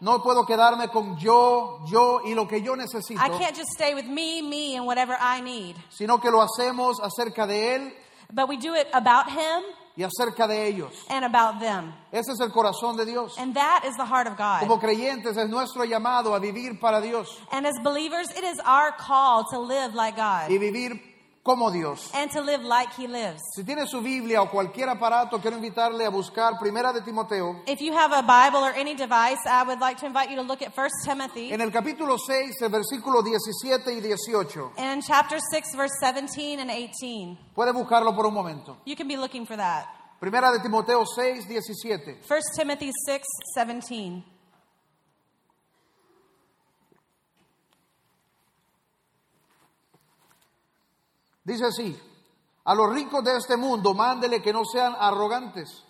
No puedo quedarme con yo, yo y lo que yo necesito, I can't just stay with me, me, and whatever I need. sino que lo hacemos acerca de Él But we do it about Him y acerca de ellos. and about them. Ese es el corazón de Dios. And that is the heart of God. Como creyentes es nuestro llamado a vivir para Dios And as believers, it is our call to live like y God vivir como Dios. and to live like He lives. Si tiene su Biblia o cualquier aparato, quiero invitarle a buscar Primera de Timoteo. If you have a Bible or any device, I would like to invite you to look at 1 Timothy En el capítulo 6, el versículo 17 y 18. and chapter 6, verse 17 and 18. Puede buscarlo por un momento. You can be looking for that. Primera de Timoteo 6, 17. 1 Timothy 6, 17. Dice así, a los ricos de este mundo mándele que no sean arrogantes,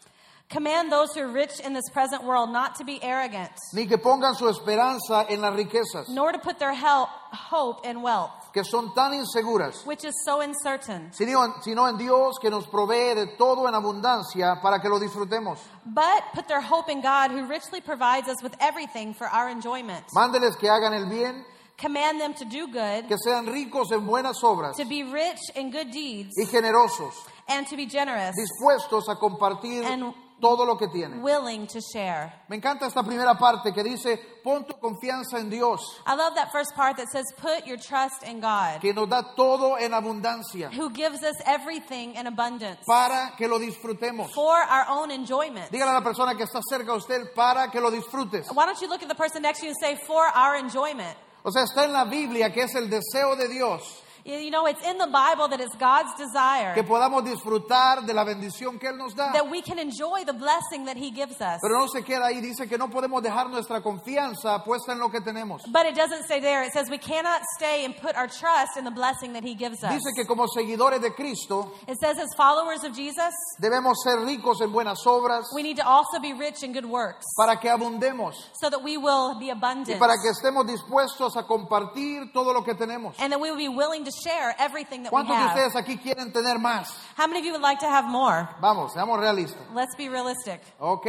Command those who are rich in this present world not to be arrogant, ni que pongan su esperanza en las riquezas, nor to put their help, hope in wealth, que son tan inseguras, which is so uncertain, sino sino en Dios que nos provee de todo en abundancia para que lo disfrutemos. but put their hope in God, who richly provides us with everything for our enjoyment. Mándeles que hagan el bien, Command them to do good, que sean ricos en buenas obras to be rich in good deeds, y generosos, and to be generous, dispuestos a compartir And- todo lo que tienen. willing to share. Me encanta esta primera parte que dice, pon tu confianza en Dios, I love that first part that says, Put your trust in God, que nos da todo en abundancia, who gives us everything in abundance para que lo disfrutemos. for our own enjoyment. Dígale a la persona que está cerca a usted para que lo disfrutes. Why don't you look at the person next to you and say, For our enjoyment? O sea, está en la Biblia que es el deseo de Dios You- You know, it's in the Bible that it's God's desire que podamos disfrutar de la bendición que Él nos da. that we can enjoy the blessing that He gives us. Pero no se queda ahí, dice que no podemos dejar nuestra confianza puesta en lo que tenemos. But it doesn't say there. It says we cannot stay and put our trust in the blessing that He gives us. Dice que como seguidores de Cristo It says, as followers of Jesus, debemos ser ricos en buenas obras we need to also be rich in good works para que abundemos so that we will be y abundant para que estemos dispuestos a compartir todo lo que tenemos. and that we will be willing to share everything that we ¿Cuántos de have. ustedes aquí quieren tener más? How many of you would like to have more? Vamos, seamos realistas. Let's be realistic. Ok,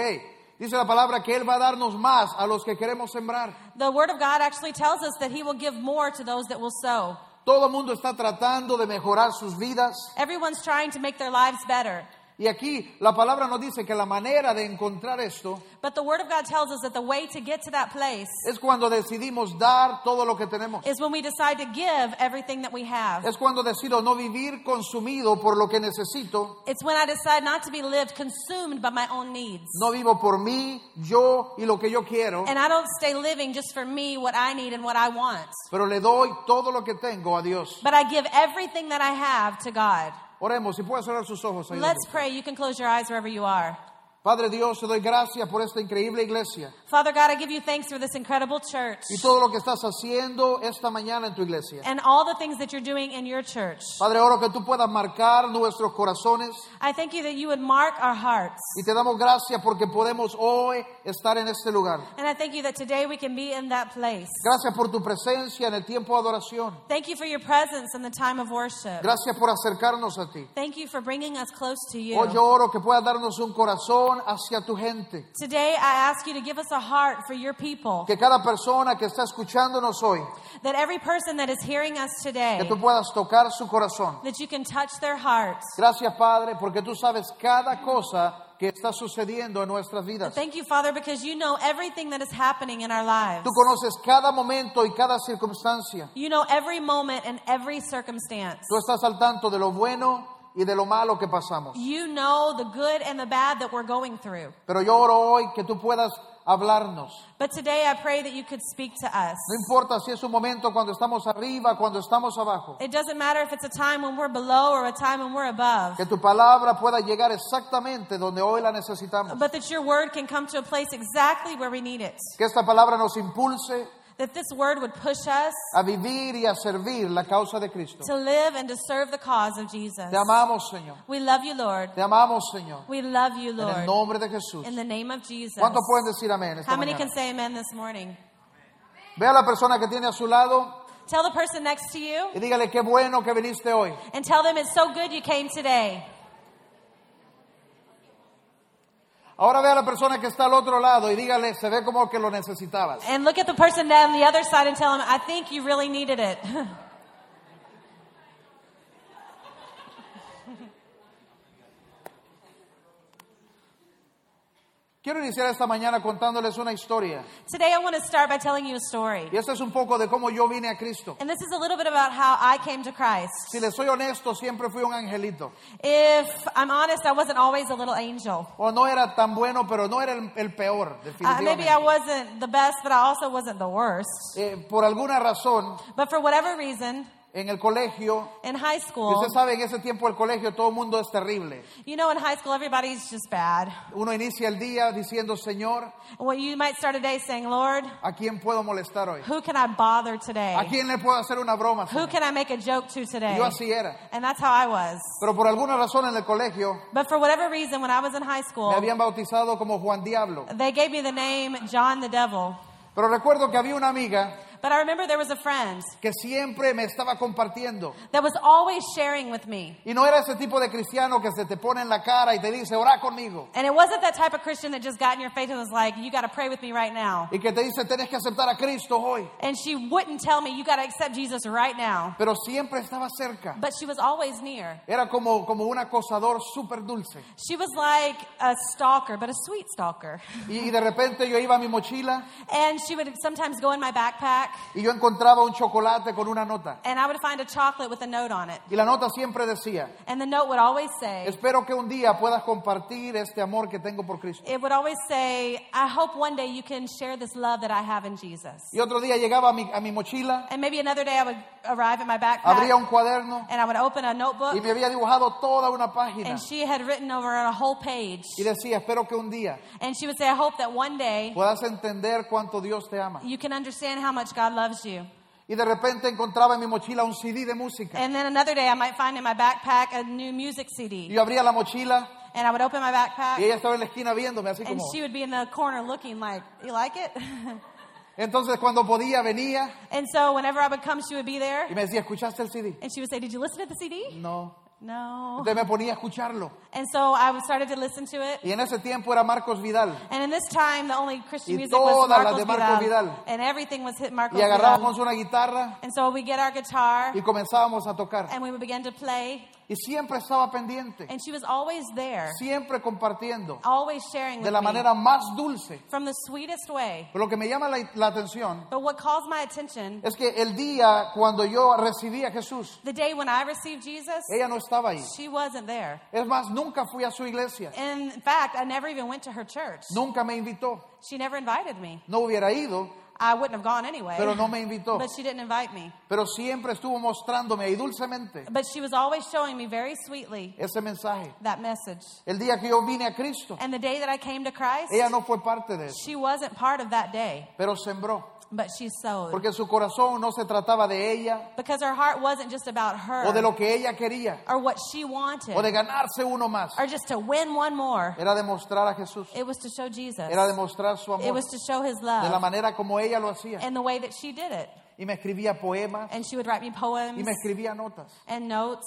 dice la palabra que Él va a darnos más a los que queremos sembrar. The Word of God actually tells us that He will give more to those that will sow. Todo el mundo está tratando de mejorar sus vidas. Everyone's trying to make their lives better. Y aquí la palabra nos dice que la manera de encontrar esto But the Word of God tells us that the way to get to that place es cuando decidimos dar todo lo que tenemos. is when we decide to give everything that we have. Es cuando decido no vivir consumido por lo que necesito. It's when I decide not to be lived consumed by my own needs. No vivo por mí, yo y lo que yo quiero, And I don't stay living just for me, what I need and what I want. pero le doy todo lo que tengo a Dios. But I give everything that I have to God. Oremos, si puede cerrar sus ojos. ahí Let's donde- pray. You can close your eyes wherever you are. Padre Dios, te doy gracias por esta increíble iglesia Father God, I give you thanks for this incredible church y todo lo que estás haciendo esta mañana en tu iglesia. and all the things that you're doing in your church. Padre, oro que tú puedas marcar nuestros corazones I thank you that you would mark our hearts. Y te damos gracias porque podemos hoy estar en este lugar. And I thank you that today we can be in that place. Gracias por tu presencia en el tiempo de adoración. Thank you for your presence in the time of worship. Gracias por acercarnos a ti. Thank you for bringing us close to Hoy yo you. oro que puedas darnos un corazón hacia tu gente. Today, I ask you to give us a heart for your people. Que cada persona que está escuchándonos hoy, That every person that is hearing us today, que tú puedas tocar su corazón. that you can touch their hearts. Gracias Padre porque tú sabes cada cosa que está sucediendo en nuestras vidas. Thank you, Father, because you know everything that is happening in our lives. Tú conoces cada momento y cada circunstancia. You know every moment and every circumstance. Tú estás al tanto de lo bueno y de lo malo que pasamos. You know the good and the bad that we're going through. Pero yo oro hoy que tú puedas hablarnos. But today, I pray that you could speak to us. No importa si es un momento cuando estamos arriba, cuando estamos abajo. It doesn't matter if it's a time when we're below or a time when we're above, Que tu palabra pueda llegar exactamente donde hoy la necesitamos. but that your word can come to a place exactly where we need it. Que esta palabra nos impulse That this word would push us a vivir y a servir la causa de Cristo. to live and to serve the cause of Jesus. Te amamos, Señor. We love you, Lord. Te amamos, Señor. We love you, En el Lord. nombre de Jesús. In the name of Jesus. ¿Cuántos pueden decir amén? esta How many can mañana? say amen this morning? Ve a la persona que tiene a su lado Tell the person next to you y dígale qué bueno que viniste hoy. and tell them it's so good you came today. Ahora ve a la persona que está al otro lado y dígale, se ve como que lo necesitabas. And look at the person down the other side and tell him, I think you really needed it. Quiero iniciar esta mañana contándoles una historia. Today I want to start by telling you a story. Y esta es un poco de cómo yo vine a Cristo. And this is a little bit about how I came to Christ. Si les soy honesto, siempre fui un angelito. If I'm honest, I wasn't always a little angel. O no era tan bueno, pero no era el, el peor, Uh, definitivamente. maybe I wasn't the best, but I also wasn't the worst. Eh, por alguna razón, But for whatever reason, en el colegio, in high y usted school, sabe, en ese tiempo el colegio todo el mundo es terrible. you know, in high school, everybody's just bad. Uno inicia el día diciendo, Señor, Well, you might start a day saying, Lord, ¿a quién puedo molestar hoy? who can I bother ¿A today? quién le puedo hacer una broma? Who Señor?" can I make a joke to Y today? Yo así era. And that's how I was. Pero por alguna razón en el colegio But for whatever reason, when I was in high school, me habían bautizado como Juan Diablo. they gave me the name John the Devil. Pero recuerdo que había una amiga But I remember there was a friend que siempre me estaba compartiendo. that was always sharing with me. Y no era ese tipo de cristiano que se te pone en la cara y te dice, ora conmigo. And it wasn't that type of Christian that just got in your face and was like, you got to pray with me right now. Y que te dice, tenés que aceptar a Cristo hoy. And she wouldn't tell me, you got to accept Jesus right now. Pero siempre estaba cerca. But she was always near. Era como, como un acosador súper dulce. She was like a stalker, but a sweet stalker. Y, y de repente yo iba a mi mochila And she would sometimes go in my backpack, y yo encontraba un chocolate con una nota. and I would find a chocolate with a note on it. Y la nota siempre decía, And the note would always say, espero que un día puedas compartir este amor que tengo por Cristo. it would always say, I hope one day you can share this love that I have in Jesus. Y otro día llegaba a mi, a mi mochila, And maybe another day I would arrive at my abría backpack un cuaderno and I would open a y notebook me había dibujado toda una página. and she had written over a whole page. Y decía, espero que un día And she would say, I hope that one day puedas entender cuánto Dios te ama. you can understand how much God loves you. Y de repente encontraba en mi mochila un CD de música. And then another day I might find in my backpack a new music Y CD. yo abría la mochila And I would open my y backpack ella estaba en la esquina viéndome así and como... she would be in the corner looking like, You like it? Entonces cuando podía venía and so whenever I would come, she would be there y me decía, ¿escuchaste el CD? and she would say, Did you listen to the CD? No. No. Entonces me ponía a escucharlo. And so I would started to listen to it. Y en ese tiempo era Marcos Vidal. And in this time, the only Christian Y music was todas las Marcos de Marcos Vidal. And everything was hit Marcos Y Vidal. agarrábamos una guitarra And so we get our guitar y comenzábamos a tocar. and we would begin to play. Y siempre estaba pendiente, And she was always there, siempre compartiendo always sharing de with la me manera más dulce. from the sweetest way. Pero lo que me llama la, la atención But what calls my attention, es que el día cuando yo recibí a Jesús, the day when I received Jesus, ella no estaba ahí. she wasn't there. Es más, nunca fui a su iglesia, In fact, I never even went to her church. nunca me invitó. She never invited me. No hubiera ido, I wouldn't have gone anyway. pero no me invitó. But she didn't invite me. Pero siempre estuvo mostrándome ahí dulcemente But she was always showing me very sweetly ese mensaje. that message. El día que yo vine a Cristo, And the day that I came to Christ, ella no fue parte de eso, she wasn't part of that day, pero sembró. but she sowed. Porque su corazón no se trataba de ella Because her heart wasn't just about her o de lo que ella quería or what she wanted o de ganarse uno más. or just to win one more. Era demostrar a Jesús, It was to show Jesus. era demostrar su It amor was to show his de la love manera como ella lo hacía. and the way that she did it. Y me escribía poemas And she would write me y poems me escribía notas. and notes.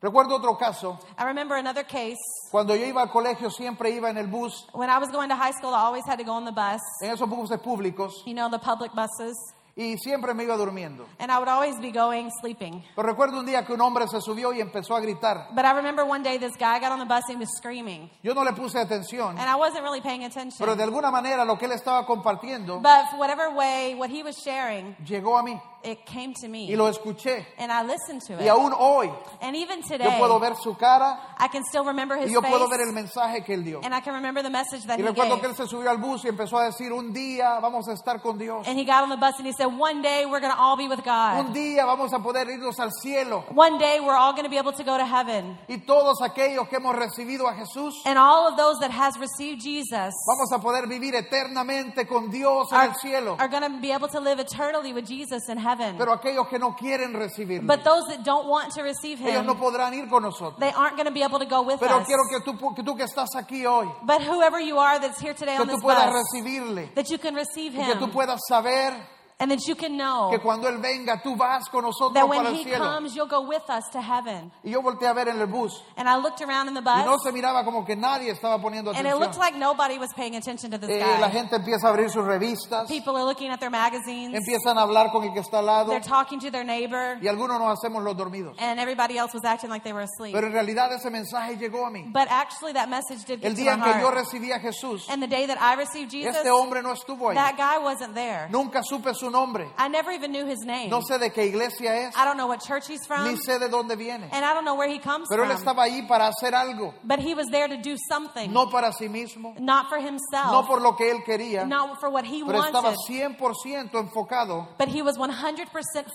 Recuerdo otro caso, I remember another case. cuando yo iba al colegio siempre iba en el bus, When I was going to high school, I always had to go on the bus, en esos buses públicos, you know, the public buses. y siempre me iba durmiendo. And I would always be going sleeping. Pero recuerdo un día que un hombre se subió y empezó a gritar. But I remember one day this guy got on the bus and he was screaming. Yo no le puse atención, And I wasn't really paying attention. pero de alguna manera lo que él estaba compartiendo But for whatever way, what he was sharing, llegó a mí it came to y me. lo escuché. And I listened to Y it. aún hoy And even today, yo puedo ver su cara I can still remember his y yo puedo ver el face. mensaje que él dio. And I can remember the message that Y he recuerdo gave. que él se subió al bus y empezó a decir, un día vamos a estar con Dios. And he got on the bus and he said, One day we're going to all be with Un God. día vamos a poder irnos al cielo. One day we're all going to be able to go to heaven. Y todos aquellos que hemos recibido a Jesús, And all of those that has received Jesus vamos a poder vivir eternamente con Dios en are, el cielo. are going to be able to live eternally with Jesus in heaven. Pero aquellos que no quieren recibirlo, But those that don't want to receive ellos him, no podrán ir con nosotros. they aren't going to be able to go with Pero us. quiero que tú, pu- que tú que estás aquí hoy, But whoever you are that's here today que on this tú puedas bus, recibirle, that you can receive y que tú him puedas saber and that you can que know cuando Él venga tú vas con nosotros that para when el He cielo. comes, you'll go with us to heaven. Y yo volteé a ver en el bus And I looked around in the y no bus, se miraba como que nadie estaba poniendo and it atención. looked like nobody was paying attention to this Eh, la guy. gente empieza a abrir sus revistas, People are looking at their magazines, empiezan a hablar con el que está al lado they're talking to their neighbor, y algunos nos hacemos los dormidos. and everybody else was acting like they were asleep. Pero en realidad ese mensaje llegó a mí. But actually, that message did El get to día my en que yo heart. recibí a Jesús, And the day that I received Jesus, este hombre no estuvo ahí. that guy wasn't there. Nunca supe su nombre. I never even knew his name. No sé de qué iglesia es, I don't know what church he's ni from, sé de dónde viene. and I don't know where he comes Pero él from. estaba ahí para hacer algo, But he was there to do something, no para sí mismo, not for no himself, por lo que él quería, not for what he pero estaba wanted, 100% enfocado but he was 100%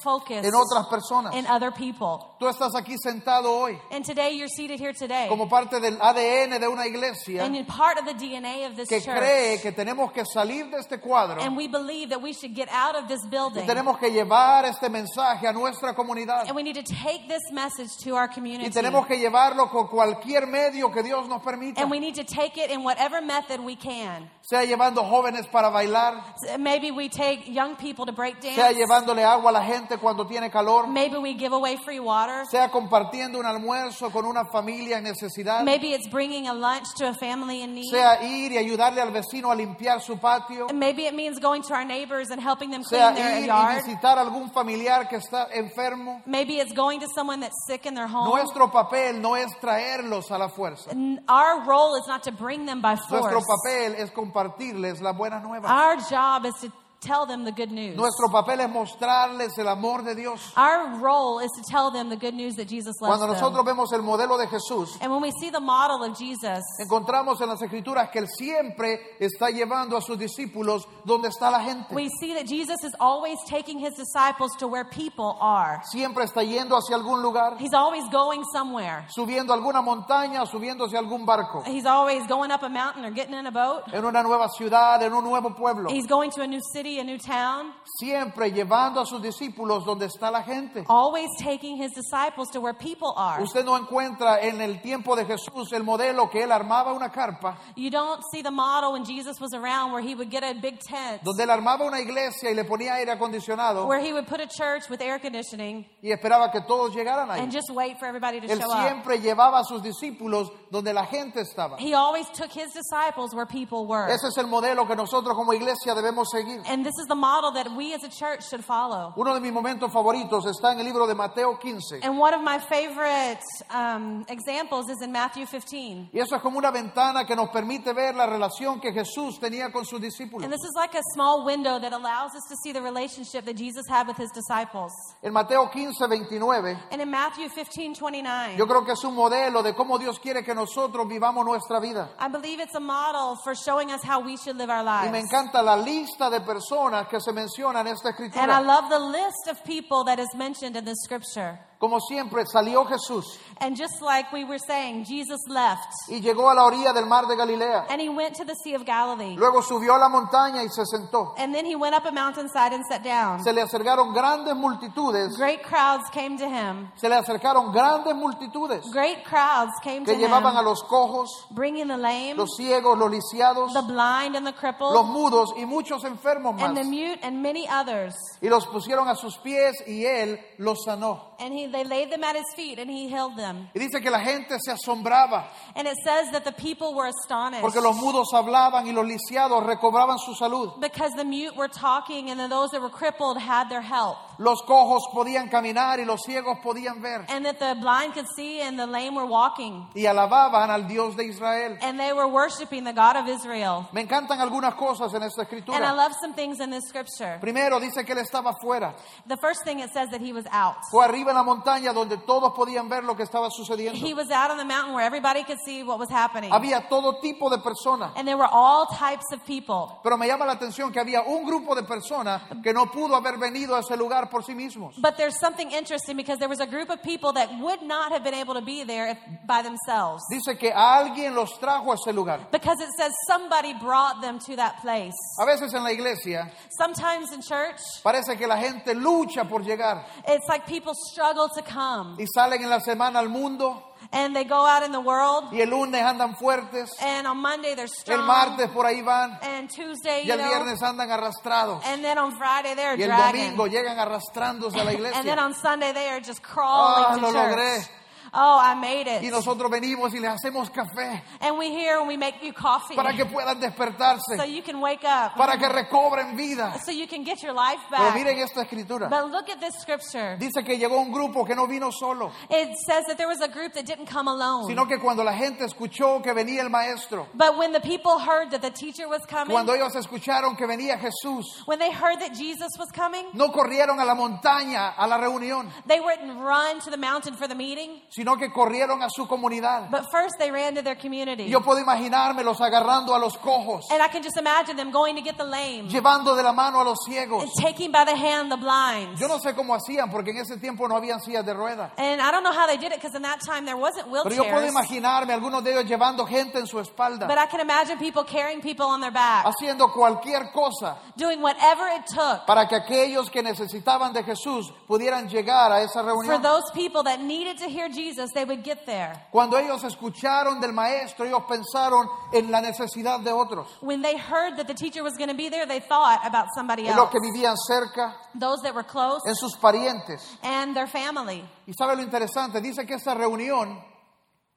focused en otras personas. in other people. Tú estás aquí sentado hoy And today you're seated here today, como parte del ADN de una iglesia and you're part of the DNA of this que church. cree que tenemos que salir de este cuadro And we believe that we should get out of this y building, tenemos que llevar este mensaje a nuestra comunidad and we need to take this message to our y community. tenemos que llevarlo con cualquier medio que Dios nos permita, And we need to take it in whatever method we can. sea llevando jóvenes para bailar, So Maybe we take young people to break sea dance. llevándole agua a la gente cuando tiene calor, Maybe we give away free water. sea compartiendo un almuerzo con una familia en necesidad, Maybe it's bringing a lunch to a family in need. sea ir y aydarle al vecino a limpiar su patio, And Maybe it means going to our neighbors and helping them sea clean their ir y yard. visitar a algún familiar que está enfermo. Maybe it's going to someone that's sick in their home. Nuestro papel no es traerlos a la fuerza. N- Our role is not to bring them by Nuestro force. papel es compartirles la buena nueva. Our job is to tell them the good news. Nuestro papel es mostrarles el amor de Ah, Dios. Our role is to tell them the good news that Jesus loves Cuando them. nosotros vemos el modelo de Jesús, And when we see the model of Jesus, encontramos en las escrituras que él siempre está llevando a sus discípulos donde está la gente. we see that Jesus is always taking his disciples to where people are. Siempre está yendo hacia algún lugar, He's always going somewhere. subiendo alguna montaña, subiéndose a algún barco, He's always going up a mountain or getting in a boat. en una nueva ciudad, en un nuevo pueblo. He's going to a new city, a new town. Siempre llevando a sus discípulos donde está la gente. Always taking his disciples to where people are. Usted no encuentra en el tiempo de Jesús el modelo que él armaba una carpa, You don't see the model when Jesus was around where he would get a big tent, donde él armaba una iglesia y le ponía aire acondicionado where he would put a church with air conditioning y esperaba que todos llegaran ahí. and just wait for everybody to Él show up. siempre llevaba a sus discípulos donde la gente estaba. He always took his disciples where people were. Ese es el modelo que nosotros como iglesia debemos seguir. And this is the model that we as a church should follow. Uno de mis momentos favoritos está en el libro de Mateo 15. And one of my favorite um, examples is in Matthew 15. Y eso es como una ventana que nos permite ver la relación que Jesús tenía con sus discípulos. And this is like a small window that allows us to see the relationship that Jesus had with his disciples. En Mateo 15, 29, And in Matthew 15 29, yo creo que es un modelo de cómo Dios quiere que nosotros vivamos nuestra vida. I believe it's a model for showing us how we should live our Y me lives. encanta la lista de personas que se mencionan en esta And I escritura. love the list of people that is mentioned in this scripture. Como siempre, salió Jesús And just like we were saying, Jesus left y llegó a la orilla del mar de Galilea. and he went to the Sea of Galilee. Luego subió a la montaña y se sentó. And then he went up a mountainside and sat down. Se le acercaron grandes multitudes. Great crowds came to him. Se le acercaron grandes multitudes Great crowds came to que llevaban a him, los cojos, bringing the lame, los ciegos, los lisiados, the blind, and the crippled. los mudos y muchos enfermos más. and the mute and many others. Y los pusieron a sus pies y él los sanó. And he, they laid them at his feet and he healed them. Y dice que la gente se asombraba And it says that the people were astonished porque los mudos hablaban y los lisiados recobraban su salud. because the mute were talking and then those that were crippled had their help. Los cojos podían caminar y los ciegos podían ver. And that the blind could see and the lame were walking. Y alababan al Dios de Israel. And they were worshiping the God of Israel. Me encantan algunas cosas en esta And I escritura. love some things in this scripture. Primero dice que él estaba fuera. The first thing it says that he was out. Fue arriba en la montaña donde todos podían ver lo que estaba sucediendo. He was out on the mountain where everybody could see what was happening. Había todo tipo de personas. And there were all types of people. Pero me llama la atención que había un grupo de personas que no pudo haber venido a ese lugar por sí mismos. But there's something interesting because there was a group of people that would not have been able to be there if, by themselves. Dice que alguien los trajo a ese lugar. Because it says somebody brought them to that place. A veces en la iglesia Sometimes in church, parece que la gente lucha por llegar it's like people struggle to come. y salen en la semana al mundo and they go out in the world, Y el lunes andan fuertes, and on Monday they're el strong, martes por ahí van, and Tuesday, y you el know, viernes andan arrastrados. and then on Friday they're Y el dragging, domingo llegan arrastrándose a la and then iglesia. on Sunday they are just crawling Ah, to lo church. logré. Oh, I made it. Y nosotros venimos y les hacemos café and we hear and we make you coffee para que puedan so despertarse, you can wake up, para que recobren vida. so you can get your life Pero back. miren esta escritura. but look at this scripture. Dice que llegó un grupo que no vino solo, It says that there was a group that didn't come alone. sino que cuando la gente escuchó que venía el maestro, but when the people heard that the teacher was coming, cuando ellos escucharon que venía Jesús, when they heard that Jesus was coming, no corrieron a la montaña, a la reunión, they wouldn't run to the mountain for the meeting, sino que corrieron a su comunidad. but first they ran to their community. Y Yo puedo imaginármelos agarrando a los cojos, and I can just imagine them going to get the lame llevando de la mano a los and ciegos. taking by the hand the blind. Yo no sé cómo hacían, porque en ese tiempo no habían sillas de ruedas. and I don't know how they did it because in that time there wasn't Pero yo puedo wheelchairs. imaginarme algunos de ellos llevando gente en su But espalda, I can imagine people carrying people on their back, haciendo cualquier cosa doing whatever it took para que aquellos que necesitaban de Jesús pudieran llegar a esa for reunión. those people that needed to hear Jesus, they would get there. Cuando ellos escucharon del maestro, ellos pensaron en la necesidad de otros, When they heard that the teacher was going to be there, they thought about somebody en los else, que vivían cerca, those that were close, en sus parientes. and their family. Y sabe lo interesante, dice que esa reunión,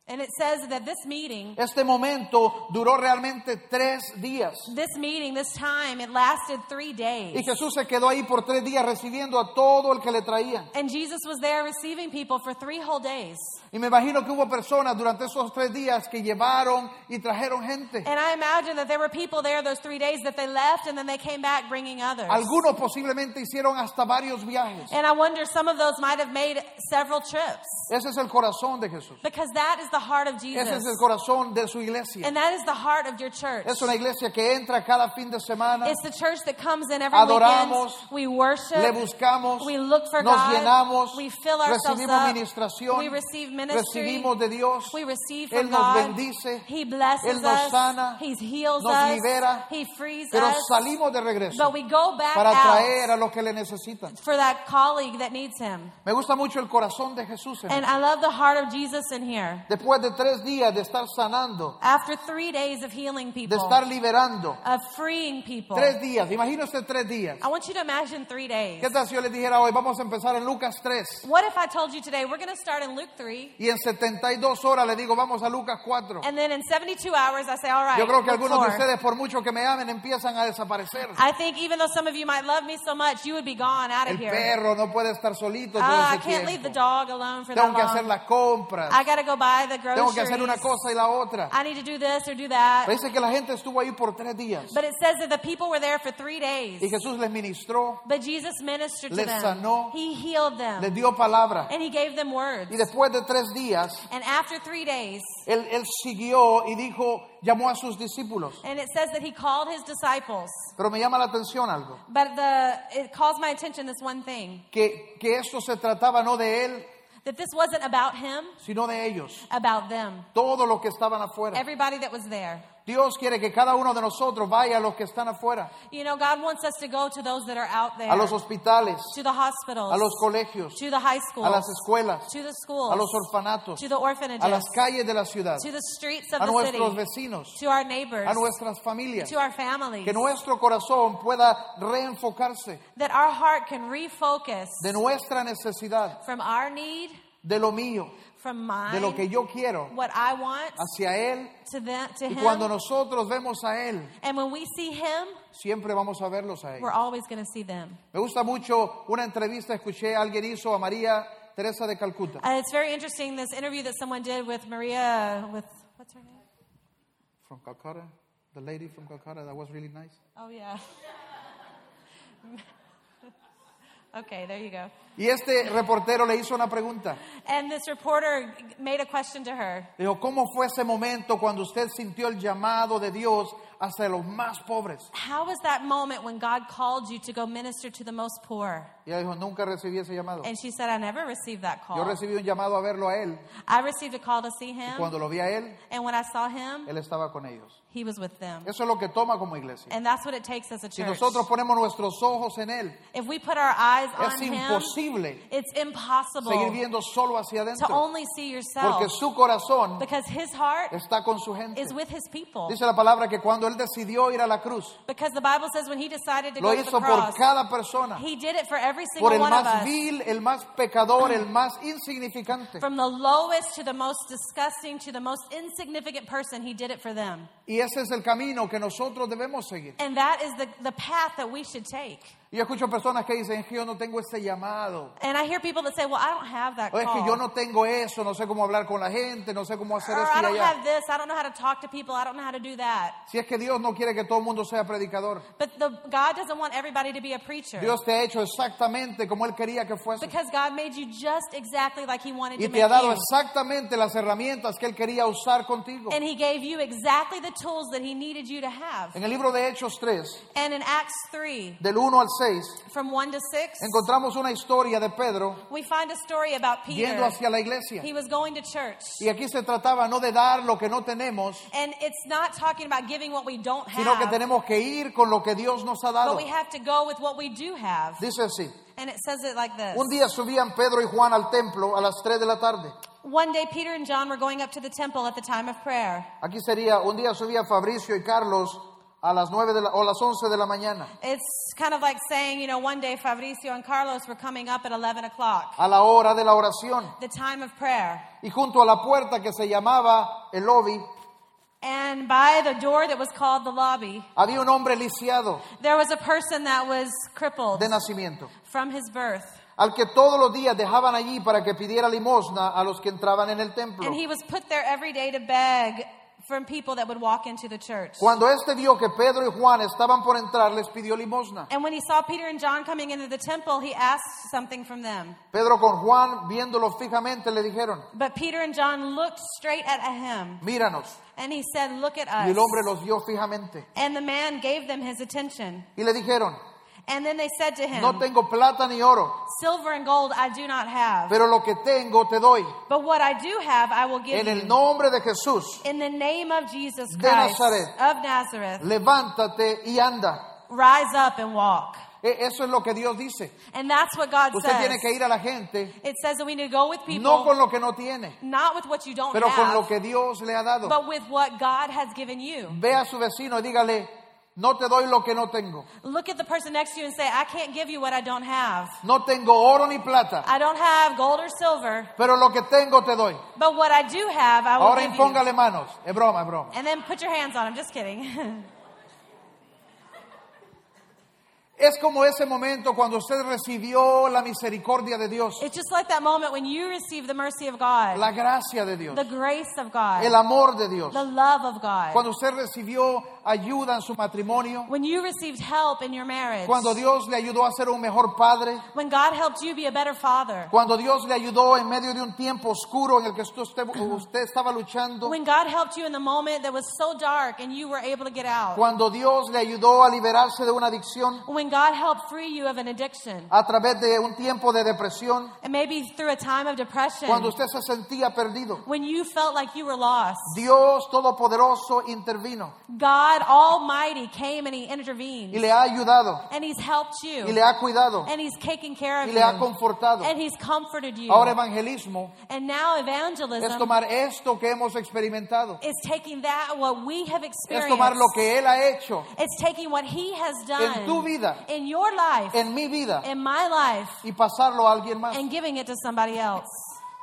And it says that this meeting, este momento duró realmente tres días. this meeting, this time, it lasted three Y days. Jesús se quedó ahí por tres días recibiendo a todo el que le traían. And Jesus was there receiving people for three whole days. Y me imagino que hubo personas durante esos tres días que llevaron y trajeron gente. And I imagine that there were people there those three days that they left and then they came back bringing others. Algunos posiblemente hicieron hasta varios viajes. And I wonder some of those might have made several trips Ese es el corazón de Jesús. because that is the heart of Ese es el Jesus. corazón de su iglesia. And that is the heart of your church. Es una iglesia que entra cada fin de semana, It's the church that comes in every Adoramos, weekend. We worship. le buscamos, we look for nos God. llenamos, we fill ourselves recibimos up. ministración, we receive ministry. recibimos de Dios, we receive Él from nos God. bendice, he blesses Él nos us. sana, he heals nos us. libera, he frees pero us. salimos de regreso but we go back para out traer a los que le necesitan. for that colleague that needs him. Me gusta mucho el corazón de Jesús. And hermano. I love the heart of Jesus in here. Después de tres días de estar sanando, After three days of healing de people, estar liberando, of freeing people, tres días, imagínense tres días. I want you to imagine three days. ¿Qué tal si yo les dijera hoy, vamos a empezar en Lucas 3? What if I told you today we're going to start in Luke 3, Y en 72 horas le digo, vamos a Lucas 4. and then in 72 hours I say, all right, Yo creo que Luke algunos de 4. ustedes, por mucho que me amen, empiezan a desaparecer. I think even though some of you might love me so much, you would be gone out of El here. perro no puede estar solito todo Ah, I ese can't leave the tiempo. dog alone for Tengo que that hacer long. las compras. I got to go buy the Tengo que hacer una groceries. cosa y la otra. I need to do this or do that. Pero dice que la gente estuvo ahí por tres días. But it says that the people were there for three days. Y Jesús les ministró, But Jesus ministered to Les them. sanó. he healed them. les dio palabra. and he gave them words. Y después de tres días, And after three days, él, él siguió y dijo, llamó a sus discípulos. and it says that he called his disciples. Pero me llama la atención algo. But the it calls my attention this one thing Que, que esto se trataba no de él, that this wasn't about him, sino de ellos. about them. Todos los que estaban afuera. Everybody that was there. Dios quiere que cada uno de nosotros vaya a los que están afuera. You know, God wants us to go to those that are out there, a los hospitales, to the hospitals, a los colegios, to the high a las schools, escuelas, to the schools, a los orfanatos, to the orphanages, a las calles de la ciudad, to the streets of a the city, nuestros vecinos, to our neighbors, a nuestras familias. to our families. Que nuestro corazón pueda reenfocarse that our heart can refocus de nuestra necesidad, from our need, de lo mío, from mine, de lo que yo quiero, what I want, hacia Él. to them, to Y him. cuando nosotros vemos a Él, and when we see him, siempre vamos a verlos a Él. we're always going to see them. Me gusta mucho una entrevista, escuché, alguien hizo a María Teresa de Calcuta. Uh, it's very interesting this interview that someone did with Maria with what's her name? from Calcutta, the lady from Calcutta that was really nice. Oh yeah. okay, there you go. Y este reportero le hizo una pregunta. And this reporter made a question to her. Dijo, ¿cómo fue ese momento cuando usted sintió el llamado de Dios hacia los más pobres? How was that moment when God called you to go minister to the most poor? Y ella dijo, nunca recibí ese llamado. And she said, I never received that Yo call. recibí un llamado a verlo a él. I received a call to see him, Cuando lo vi a él, and when I saw him, él estaba con ellos. He was with them. Eso es lo que toma como iglesia. And that's what it takes as a Si church. nosotros ponemos nuestros ojos en Él, If we put our eyes on es Him, imposible it's seguir impossible viendo solo hacia to adentro, only see porque yourself su corazón because His heart está con su gente. is with His people. Dice la palabra que cuando Él decidió ir a la cruz, Because the Bible says when He decided to lo go to the hizo por cross, cada persona, He did it for every por single el one of más us. vil, el más pecador, el más insignificante. From the lowest to the most disgusting to the most insignificant person, He did it for them. Y ese es el camino que nosotros debemos seguir. And that is the, the path that we should take. Y yo escucho personas que dicen, "Es que yo no tengo ese llamado. And I hear people that say, well, I don't have that O es que call. yo no tengo eso, no sé cómo hablar con la gente, no sé cómo hacer or esto Oh. y I don't allá. have this. I don't know how to talk to people. I don't know how to do that. Si es que Dios no quiere que todo el mundo sea predicador. But the, God doesn't want everybody to be a preacher. Dios te ha hecho exactamente como Él quería que fuese. because God made you just exactly like He wanted Y te to make ha dado you. exactamente las herramientas que Él quería usar contigo. And He gave you exactly the tools that He needed you to have. En el libro de Hechos 3, And in Acts 3, del 1 al 6, from 1 to 6, encontramos una historia de Pedro we find a story about Peter. yendo hacia la iglesia. He was going to church. Y aquí se trataba no de dar lo que no tenemos, And it's not talking about giving what we don't sino que have, tenemos que ir con lo que Dios nos ha but dado. we have to go with what we do have. Dice así, And it says it like this. un día subían Pedro y Juan al templo a las 3 de la tarde. One day, Peter and John were going up to the temple at the time of prayer. Aquí sería, un día subían Fabricio y Carlos a las 9 de la- o las 11 de la mañana, It's kind of like saying, you know, one day Fabricio and Carlos were coming up at 11 o'clock, a la hora de la oración. the time of prayer. Y junto a la puerta que se llamaba el lobby, And by the door that was called the lobby, había un hombre lisiado there was a person that was crippled de nacimiento, from his birth. al que todos los días dejaban allí para que pidiera limosna a los que entraban en el templo. And he was put there every day to beg from people that would walk into the church. Cuando éste vio que Pedro y Juan estaban por entrar, les pidió limosna. And when he saw Peter and John coming into the temple, he asked something from them. Pedro con Juan, viéndolo fijamente, le dijeron, But Peter and John looked straight at him, míranos. and he said, Look at Y us. el hombre los vio fijamente. And the man gave them his attention. Y le dijeron, And then they said to him, no tengo plata ni oro, Silver and gold I do not have, pero lo que tengo te doy. but what I do have I will give En el you. nombre de Jesús, In the name of Jesus De Christ Nazaret. of Nazareth, levántate y anda. rise up and walk. E- Eso es lo que Dios dice. And that's what God Usted says. tiene que ir a la gente, It says that we need to go with no people, con lo que no tiene, not with what you don't pero con lo have, que Dios le ha dado. but with what God has given you. Ve a su vecino y dígale, no te doy lo que no tengo. Look at the person next to you and say, I can't give you what I don't have. No tengo oro ni plata, I don't have gold or silver, pero lo que tengo te doy. but what I do have I will Ahora give you. impóngale manos. Es broma, es broma. And then put your hands on him. Just kidding. Es como ese momento cuando usted recibió la misericordia de Dios, it's just like that moment when you receive the mercy of God. la gracia de Dios, the grace of God, el amor de Dios. the love of God. Cuando usted recibió ayuda en su matrimonio, when you received help in your marriage, cuando Dios le ayudó a ser un mejor padre, when God helped you be a better father, cuando Dios le ayudó en medio de un tiempo oscuro en el que usted, usted estaba luchando, when God helped you in the moment that was so dark and you were able to get out, cuando Dios le ayudó a liberarse de una adicción when God helped free you of an addiction, a través de un tiempo de depresión, and maybe through a time of depression, cuando usted se sentía perdido. when you felt like you were lost, Dios Todopoderoso intervino God Almighty came and He intervened, y le ha ayudado and He's helped you, y le ha cuidado and He's taken care of y you, le ha confortado. and He's comforted you. Ahora evangelismo and now es evangelism tomar esto que hemos experimentado, is taking that, what we have es experienced. tomar lo que Él ha hecho It's taking what he has done en tu vida, in your life, en mi vida in my life, y pasarlo a alguien más. and giving it to somebody else.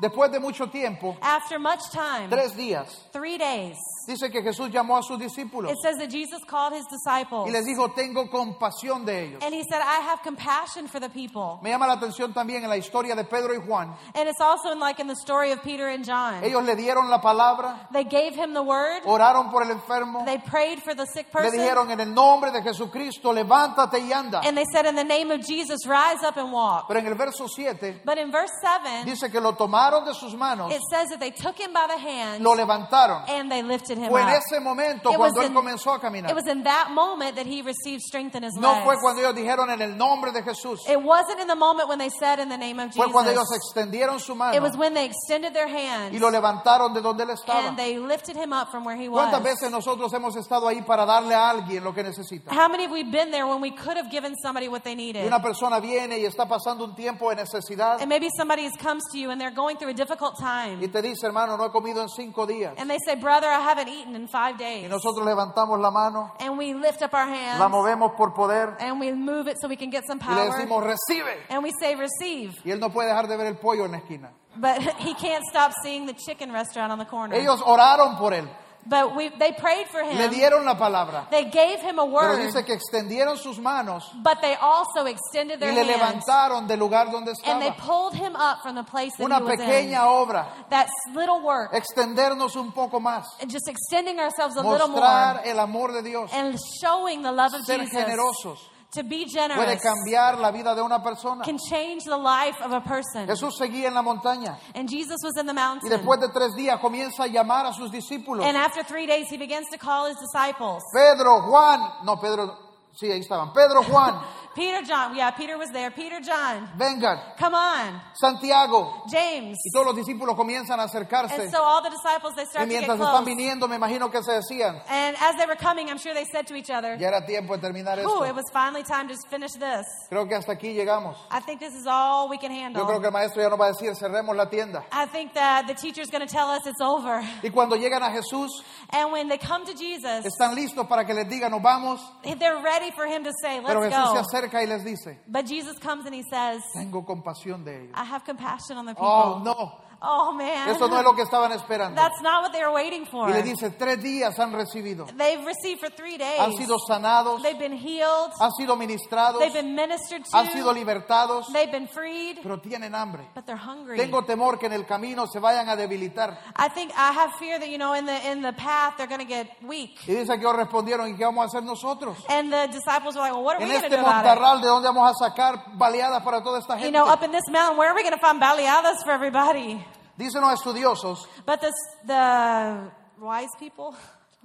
Después de mucho tiempo, After much time, tres días, three days, dice que Jesús llamó a sus discípulos it says that Jesus called his disciples y les dijo, tengo compasión de ellos. and he said, I have compassion for the people. Me llama la atención también en la historia de Pedro y Juan. And it's also in, like in the story of Peter and John. Ellos le dieron la palabra, They gave him the word, oraron por el enfermo, they prayed for the sick le person, dijeron en el nombre de Jesucristo, levántate y anda. and they said, In the name of Jesus, rise up and walk. Pero en el verso 7 But in verse 7, dice que lo tomaron de sus manos, It says that they took him by the hand lo levantaron. and they lifted him Fue en up. ese momento It was cuando él in- comenzó a It caminar. was in that moment that he received strength in his No legs. fue cuando ellos dijeron en el nombre de Jesús. It wasn't in the moment when they said in the name of Fue cuando ellos Jesus. extendieron su It mano was when they extended their hands y lo levantaron de donde él estaba. and they lifted him up from where he ¿Cuántas was. veces nosotros hemos estado ahí para darle a alguien lo que necesita? How many of we been there when we could have given somebody what they Y needed? una persona viene y está pasando un tiempo de necesidad And maybe somebody has comes to you and they're going through a difficult y time. te dice, hermano, no he comido en cinco días. And they say, Brother, I haven't eaten in five Y days. nosotros levantamos la mano, And we lift up our la hands movemos por poder and we move it so we can get some y le power. decimos, recibe. And we say, Receive. Y él no puede dejar de ver el pollo en la esquina. But he can't stop seeing the chicken restaurant on the corner. Ellos oraron por él, But we, they prayed for le him. dieron la palabra, They gave him a pero word, dice que extendieron sus manos but they also extended y their le hands levantaron del lugar donde and they estaba. pulled him up from the place that Una he was pequeña obra, in. That s- little work, extendernos un poco más, and just extending ourselves a little more mostrar el amor de Dios, and showing the love of ser Jesus generosos, to be puede generous cambiar la vida de una persona. can change the life of a person. Jesús seguía en la montaña And Jesus was in the y mountain. después de tres días comienza a llamar a sus discípulos. And after three days, he begins to call his disciples. Pedro, Juan, no, Pedro, sí, ahí estaban. Pedro, Juan, Peter, John, yeah, Peter was there. Peter, John, vengan. come on. Santiago James. y todos los discípulos comienzan a acercarse. And so all the disciples, they Y start to get mientras están close. viniendo, me imagino que se decían, And as they were coming, I'm sure they said to each other, ya era tiempo de terminar Ooh, it esto. was finally time to finish this. Creo que hasta aquí llegamos. I think this is all we can handle. Yo creo que el maestro ya nos va a decir, cerremos la tienda. I think that the teacher's going to tell us it's over. Y cuando llegan a Jesús, And when they come to Jesus, están listos para que les diga, nos vamos. they're ready for him to say, Pero Let's Jesús se go. acerca y les dice, But Jesus comes and he says, tengo compasión de ellos. I have compassion on the Oh, people. no, Oh, man. eso no es lo que estaban esperando. That's not what they were waiting for. Y le dice, tres días han recibido. They've received for three Han days. sido sanados, They've been healed. han sido ministrados, They've been ministered han sido to. libertados, They've been freed. pero tienen hambre. But they're hungry. Tengo temor que en el camino se vayan a debilitar. I think I have fear that you know in the in the path they're going to get weak. Y dice que ellos respondieron, ¿y qué vamos a hacer nosotros? And the disciples were like, "Well, what are we En going to este do about montarral, ¿de dónde vamos a sacar baleadas para toda esta it?" You gente? know, up in this mountain, where are we going to find baleadas for everybody? Dicen los estudiosos, But this, the wise people,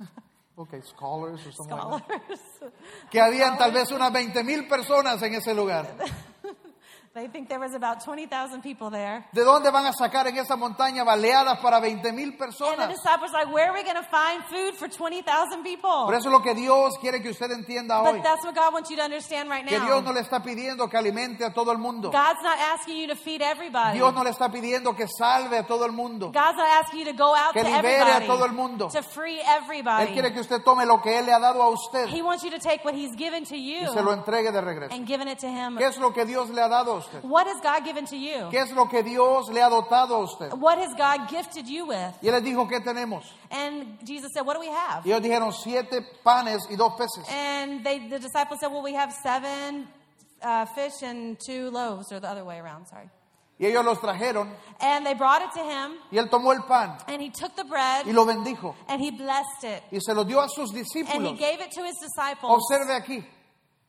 okay, scholars or something like scholars, that, que habían tal vez unas 20 mil personas en ese lugar. they think there was about twenty thousand people there. ¿De dónde van a sacar en esa montaña baleadas para 20 mil And the personas? disciples are like, "Where are we going to find food for twenty thousand people?" Por eso es lo que Dios quiere que usted entienda hoy. But that's what God wants you to understand right Que Dios no now. le está pidiendo que alimente a todo el mundo. God's not asking you to feed everybody. Dios no le está pidiendo que salve a todo el mundo. God's not asking you to go out Que to libere a everybody, todo el mundo. to free Él everybody. quiere que usted tome lo que Él le ha dado a usted He wants you to take what He's given to y se lo you entregue de regreso. and giving it to Him. ¿Qué es lo que Dios le ha dado a usted? What has God given to you? ¿Qué es lo que Dios le ha dotado a usted? What has God gifted you with? Y él les dijo, ¿qué tenemos? And Jesus said, What do we have? Y ellos dijeron, siete panes y dos peces. And they, the disciples said, Well, we have seven uh, fish and two loaves, or the other way around, sorry. Y ellos los trajeron And they brought it to Him, y él tomó el pan and He took the y bread lo bendijo and He blessed it. y se lo dio a sus And he discípulos. gave it to his disciples. Observe aquí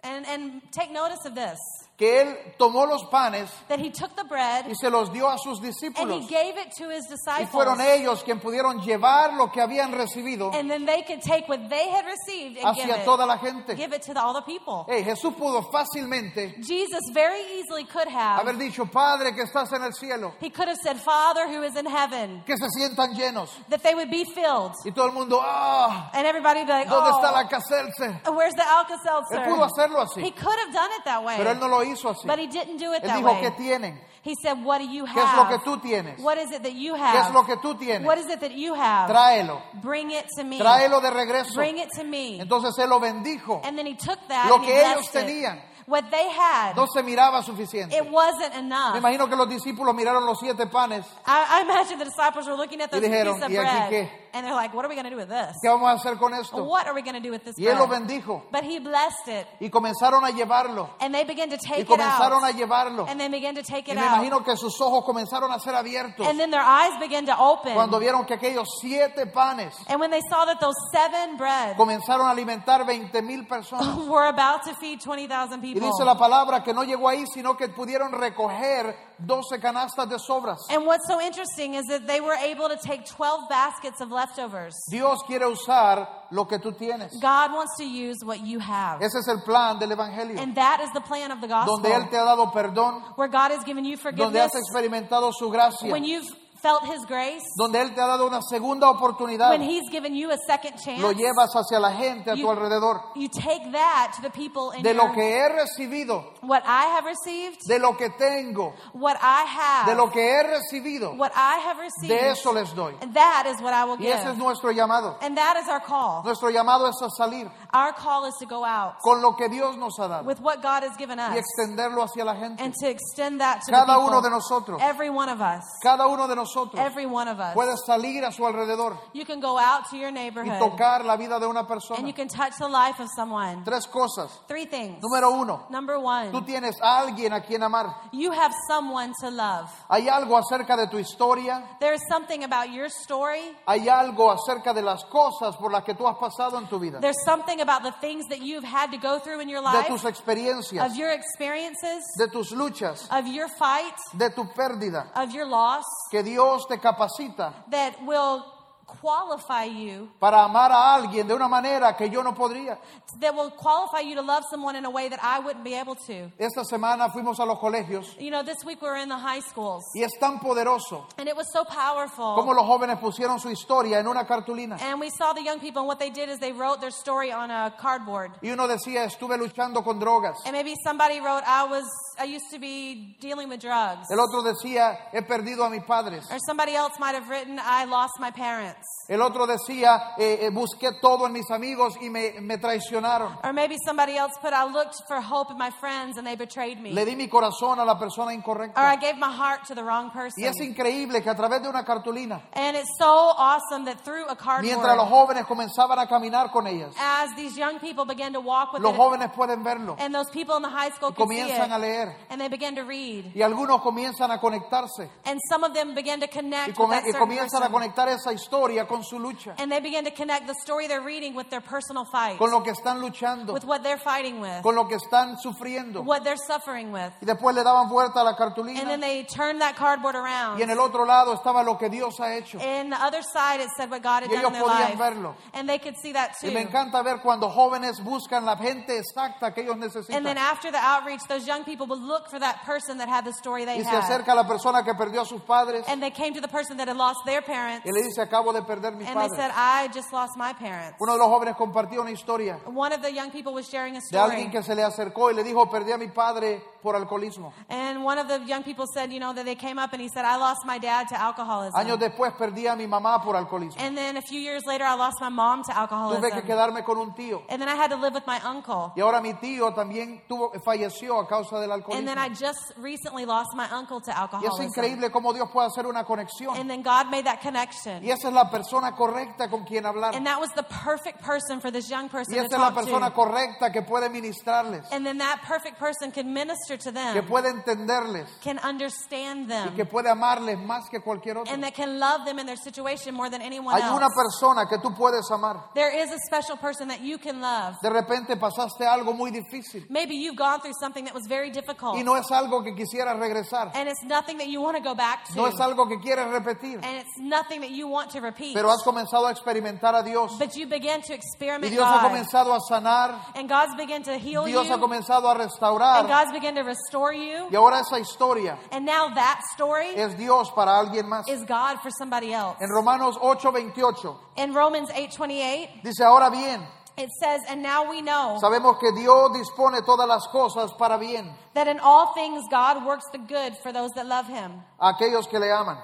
And, and take notice of this que él tomó los panes that he took the bread y se los dio a sus and he discípulos. gave it to his Y fueron disciples. ellos quienes pudieron llevar lo que habían recibido And then they could take what they had received and give hacia it, toda la Eh. gente. give it to the- all the people. Hey, Jesús pudo fácilmente Jesus very easily could have. haber dicho, Padre que estás en el cielo, He could have said, Father who is in heaven, que se sientan llenos. that they would be filled. Y todo el mundo, ah, And everybody would be like, ¿dónde está oh, la caserse? where's the Él pudo Alka-Seltzer? hacerlo He así, could have done it that pero él way. no lo hizo así. But he didn't do it Él that dijo, ¿qué way. tienen? He said, what do you ¿Qué es lo que have? tú tienes? What is it that you ¿Qué es lo have? que tú What tienes? is it that you have? Tráelo, Bring it to me. tráelo de regreso. Bring it to me. Entonces él lo bendijo. And then he took that Lo and he que ellos blessed it. tenían. What they had, No se miraba suficiente. it wasn't Me enough. imagino que los discípulos miraron los siete panes I, I imagine the disciples were looking at y those pieces dijeron, of ¿y aquí bread qué? And they're like, what are we going to do with this? ¿Qué vamos a hacer con esto? What are we going to do with this Y él lo bread? bendijo. But he blessed it. Y comenzaron a llevarlo. And they began to Y take it comenzaron a out. llevarlo. And they began to take Y it me out. imagino que sus ojos comenzaron a ser abiertos And then their eyes began to cuando open. vieron que aquellos siete panes And when they saw that those seven bread comenzaron a alimentar 20 mil personas. were about to feed 20,000 Y Oh, people. dice la palabra que no llegó ahí, sino que pudieron recoger 12 canastas de sobras. And what's so interesting is that they were able to take 12 baskets of leftovers. Dios quiere usar lo que tú tienes. God wants to use what you have. Ese es el plan del Evangelio, And that is the plan of the donde Él gospel. te ha dado perdón, Where God has given you donde forgiveness has experimentado su gracia, when you've felt his grace, donde Él te ha dado una segunda oportunidad, when he's given you a second lo chance. llevas hacia la gente a You- tu alrededor. You take that to the people in De lo your, que he recibido, what I have received, de lo que tengo, what I have, de lo que he recibido, what I have received, de eso les doy. and that is what I will Y give. ese es nuestro llamado. and that is our call. Nuestro llamado es a salir Our call is to go out con lo que Dios nos ha dado with what God has given y us extenderlo hacia la gente. and to extend that to Cada the people. uno de nosotros, Every one of us. cada uno de nosotros Every one of us. puede salir a su alrededor you can go out to your y neighborhood tocar la vida de una and persona. you can touch the life of someone. Tres cosas. Three things. Número uno, Number tú one, tienes a alguien a quien amar. you have someone to love. Hay algo acerca de tu historia, There is something about your story. hay algo acerca de las cosas por las que tú has pasado en tu vida, de There's something about the things that you've had to go through in your tus life, experiencias, of your experiences, de tus luchas, of your fight, de tu pérdida, of your loss, que Dios te capacita that will qualify you, para amar a alguien de una manera que yo no podría. that will qualify you to love someone in a way that I wouldn't be able to. Esta semana fuimos a los colegios You know, this week we were in the high schools, y es tan poderoso and it was so como powerful. los jóvenes pusieron su historia en una cartulina. And we saw the young people, and what they did is they wrote their story on a cardboard. Y uno decía, estuve luchando con drogas. And maybe somebody wrote, I was, I used to be dealing with drugs. El otro decía, he perdido a mis padres. Or somebody else might have written, I lost my parents. El otro decía, eh, eh, busqué todo en mis amigos y me, me traicionaron. Or maybe somebody else put, I looked for hope in my friends and they betrayed me. Le di mi corazón a la persona Or I incorrecta. gave my heart to the wrong person. Y es increíble que a través de una cartulina, And it's so awesome that through a mientras los cardboard, jóvenes comenzaban a caminar con ellas, as these young people began to walk with los it, jóvenes pueden verlo. and those people in the high school Y could see comienzan a it, leer. and they began to read. Y algunos comienzan a conectarse. And some of them began to Y, connect with come- that y certain comienzan a person. conectar esa historia con su lucha, And they began to connect the story they're reading with their personal fight, con lo que están luchando, with what they're fighting with, con lo que están sufriendo. what they're suffering with. Y después le daban vuelta a la And then cartulina. they turned that cardboard around. Y en el otro lado estaba lo que Dios ha hecho. And the other side, it said what God had Y done ellos in their podían life. verlo. And they could see that Y me too. encanta ver cuando jóvenes buscan la gente exacta que ellos And then necesitan. after the outreach, those young people would look for that person that had the story they Y se had. acerca a la persona que perdió a sus padres And they came to the person that had lost their parents. y le dice, acabo de perder mis And they said, padres. I just lost my parents. Uno de los jóvenes compartió una historia One of the young people was sharing a de alguien story. que se le acercó y le dijo, perdí a mi padre por alcoholismo. And one of the young people said, you know, that they came up and he said, I lost my dad to Años alcoholism. después perdí a mi mamá por alcoholismo. And then a few years later, I lost my mom to Tuve que alcoholism. quedarme con un tío. And then I had to live with my uncle. Y ahora mi tío también tuvo, falleció a causa del And alcoholismo. then I just recently lost my uncle to Y es alcoholism. increíble cómo Dios puede hacer una conexión. And then God made that connection. Y esa es la persona correcta con quien hablar. And that was the perfect person for this young person Y to esa es la talk persona to. correcta que puede ministrarles, And then that perfect person can minister que to them, puede entenderles can understand y que them, puede amarles más que cualquier otro. and that can love them in their situation more than anyone Hay una else. persona que tú puedes amar. There is a special person that you can love. De repente pasaste algo muy difícil Maybe you've gone through something that was very difficult, y no es algo que quisieras regresar, and it's nothing that you want to go back to, no es algo que quieres repetir, and it's nothing that you want to repeat. pero has comenzado a experimentar a Dios But you began to y experiment Dios ha God, comenzado a sanar, and God's began to heal you, Dios ha and comenzado a restaurar God's began to restore you, y ahora esa historia and now that story es Dios para alguien más. is God for somebody else. En Romanos 8:28 In Romans 8:28, dice, ahora bien, it says, "And now we know sabemos que Dios dispone todas las cosas para bien. that in all things God works the good for those that love him, a aquellos que le aman,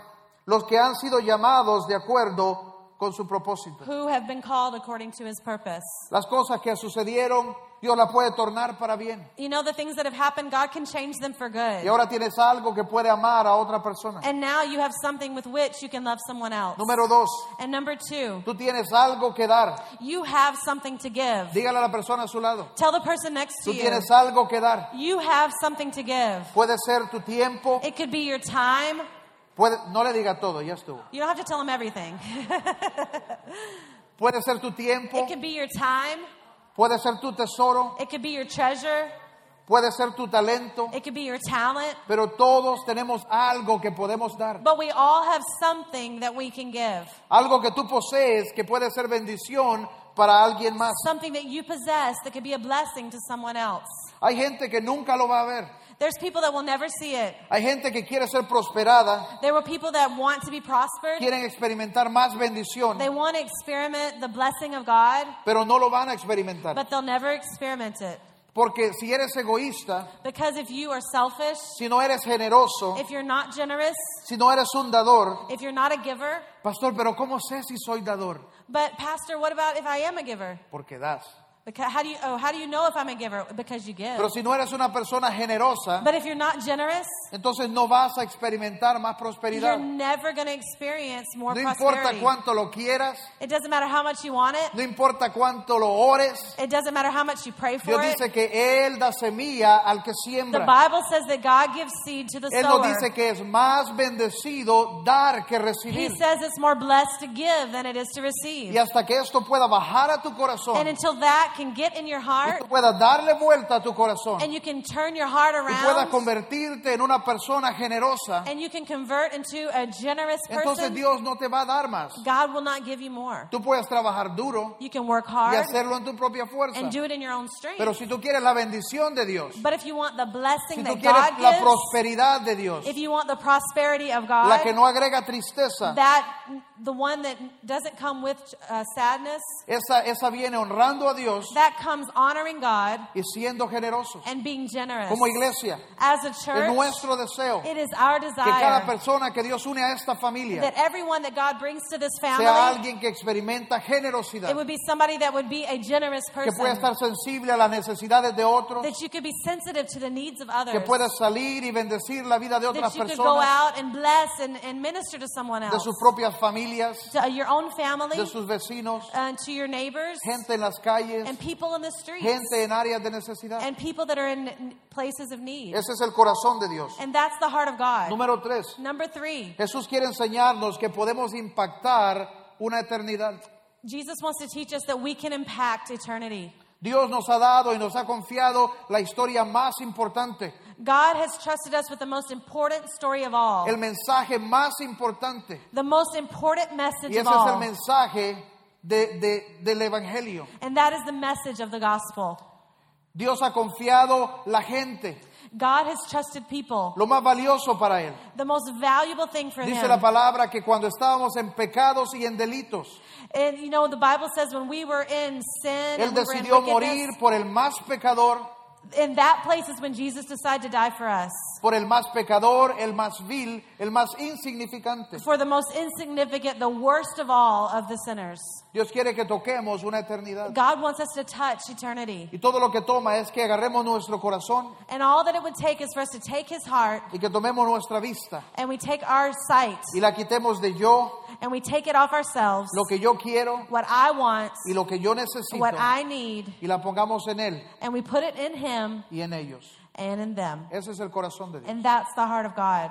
los que han sido llamados de acuerdo con su propósito. who have been called according to his purpose." Las cosas que sucedieron Dios la puede tornar para bien. You know, the things that have happened, God can change them for Y good. ahora tienes algo que puede amar a otra persona. And now you have something with which you can love someone else. Número dos, And number two, tú tienes algo que dar. you have something to give. Dígale a la persona a su lado. Tell the person next to Tú you, tienes algo que dar. you have something to give. Puede ser tu tiempo. It could be your time. Puede, no le diga todo, ya estuvo. You don't have to tell them everything. Puede ser tu tiempo. It could be your time. Puede ser tu tesoro. It could be your treasure. Puede ser tu talento. It could be your talent. Pero todos tenemos algo que podemos dar. But we all have something that we can give. Algo que tú posees que puede ser bendición para alguien más. Something that you possess that could be a blessing to someone else. Hay gente que nunca lo va a ver. There's people that will never see it. Hay gente que quiere ser prosperada. There were people that want to be prospered. Quieren experimentar más bendición. They want to experiment the blessing of God, Pero no lo van a experimentar. but they'll never experiment it. Porque si eres egoísta, Because if you are selfish, si no eres generoso, if you're not generous, si no eres un dador, if you're not a giver, pastor, pero ¿cómo sé si soy dador? but pastor, what about if I am a giver? Porque das. Because how do you oh, how do you know if I'm a giver? Because you give. Pero si no eres una persona generosa, But if you're not generous, entonces no vas a experimentar más you're prosperidad. never going to experience more No importa prosperity. cuánto lo quieras, It doesn't matter how much you want it. no importa cuánto lo ores. It doesn't matter how much you pray Dios for it. dice que Él da semilla al que The siembra. Bible says that God gives seed to the Él nos sower. dice que es más bendecido dar que He recibir. says it's more blessed to give than it is to receive. Y hasta que esto pueda bajar a tu And corazón, until that can get in your heart esto pueda darle vuelta a tu corazón and you can turn your heart y pueda around convertirte en una persona generosa, and you can convert into a generous entonces person, Dios no te va a dar más. God will not give you more. Tú puedes trabajar duro You can work y hard hacerlo en tu propia fuerza. and do it in your own strength. Pero si tú quieres la bendición de Dios, But if you want the blessing si tú that quieres la God gives, prosperidad de Dios, if you want the prosperity of la que God, no agrega tristeza, that the one that doesn't come with uh, sadness, esa, esa viene honrando a Dios that comes honoring God y siendo generoso. and being generous. Como iglesia, As a es church, nuestro deseo it is our que cada desire persona que Dios une a esta familia that everyone that God brings to this sea family, alguien que experimenta generosidad, it would be somebody that would be a generous que pueda person, estar sensible a las necesidades de otros, that you could be sensitive to the needs of others, que pueda salir y bendecir la vida de otras that you could go personas, out and bless and, and minister to someone de else, sus propias familias, to your own family, de sus vecinos, and to your neighbors, gente en las calles, Uh, and people in the streets, gente en áreas de necesidad. and people that are in places of need. Ese es el corazón de Dios. And that's the heart of God. Número tres, Number three, Jesús quiere enseñarnos que podemos impactar una eternidad. Jesus wants to teach us that we can impact eternity. Dios nos ha dado y nos ha confiado la historia más importante, God has trusted us with the most important story of all, el mensaje más importante. the most important message Y ese es of el all, mensaje de- de- del Evangelio. and that is the message of the gospel. Dios ha confiado la gente, God has trusted people, lo más valioso para Él. the most valuable thing for Dice la Him. palabra que cuando estábamos en pecados y en delitos, And you know, the Bible says when we were in sin, Él and we were in decidió morir wickedness, por el más pecador, in that place is when Jesus decided to die for us, por el más pecador, el más vil, el más insignificante. for the most insignificant, the worst of all of the sinners. Dios quiere que toquemos una eternidad. God wants us to touch eternity. Y todo lo que toma es que agarremos nuestro corazón And all that it would take is for us to take his heart y que tomemos nuestra vista and we take our sight y la quitemos de yo, and we take it off ourselves, lo que yo quiero what I want, y lo que yo necesito what I need, y la pongamos en Él and we put it in him y en ellos. and in them. Ese es el corazón de Dios. And that's the heart of God.